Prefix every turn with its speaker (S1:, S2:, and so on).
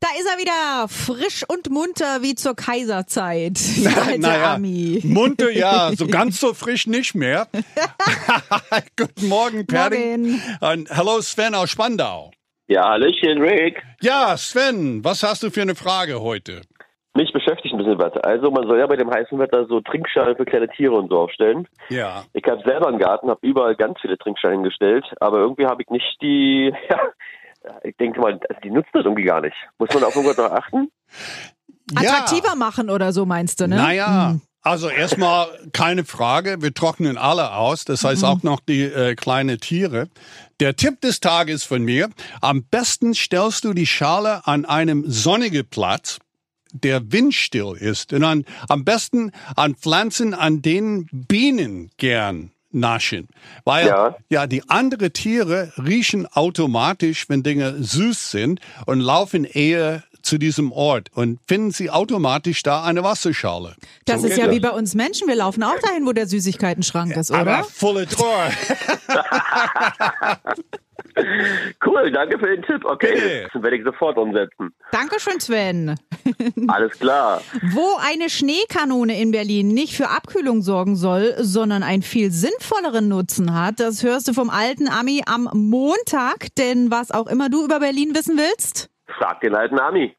S1: Da ist er wieder, frisch und munter wie zur Kaiserzeit. Alter
S2: naja,
S1: Ami.
S2: Munte, ja, so ganz so frisch nicht mehr. Guten Morgen, Perry.
S1: Morgen.
S2: Und hello, Sven aus Spandau.
S3: Ja, Hallöchen, Rick.
S2: Ja, Sven, was hast du für eine Frage heute?
S3: Mich beschäftigt ein bisschen was. Also man soll ja bei dem heißen Wetter so Trinkschalen für kleine Tiere und so aufstellen.
S2: Ja.
S3: Ich habe selber einen Garten, habe überall ganz viele Trinkschalen hingestellt, aber irgendwie habe ich nicht die, ja, ich denke mal, also die nutzt das irgendwie gar nicht. Muss man auf irgendwas noch achten?
S1: Attraktiver machen oder so meinst du, ne?
S2: Naja, also erstmal keine Frage, wir trocknen alle aus, das
S1: Mhm.
S2: heißt auch noch die äh, kleinen Tiere. Der Tipp des Tages von mir, am besten stellst du die Schale an einem sonnigen Platz, der windstill ist. Und an, am besten an Pflanzen, an denen Bienen gern naschen. Weil ja.
S3: Ja.
S2: die anderen Tiere riechen automatisch, wenn Dinge süß sind und laufen eher zu diesem Ort und finden sie automatisch da eine Wasserschale.
S1: Das
S3: So
S1: ist
S3: geht
S1: ja
S3: das.
S1: wie bei uns Menschen. Wir laufen auch dahin, wo der Süßigkeitenschrank ist,
S2: Aber
S1: oder?
S2: volle Tor.
S3: Cool, danke für den Tipp. Okay,
S2: Bitte.
S3: das werde ich sofort umsetzen.
S1: Dankeschön, Sven.
S3: Alles klar.
S1: Wo eine Schneekanone in Berlin nicht für Abkühlung sorgen soll, sondern einen viel sinnvolleren Nutzen hat, das hörst du vom alten Ami am Montag. Denn was auch immer du über Berlin wissen willst,
S3: Frag den alten Ami.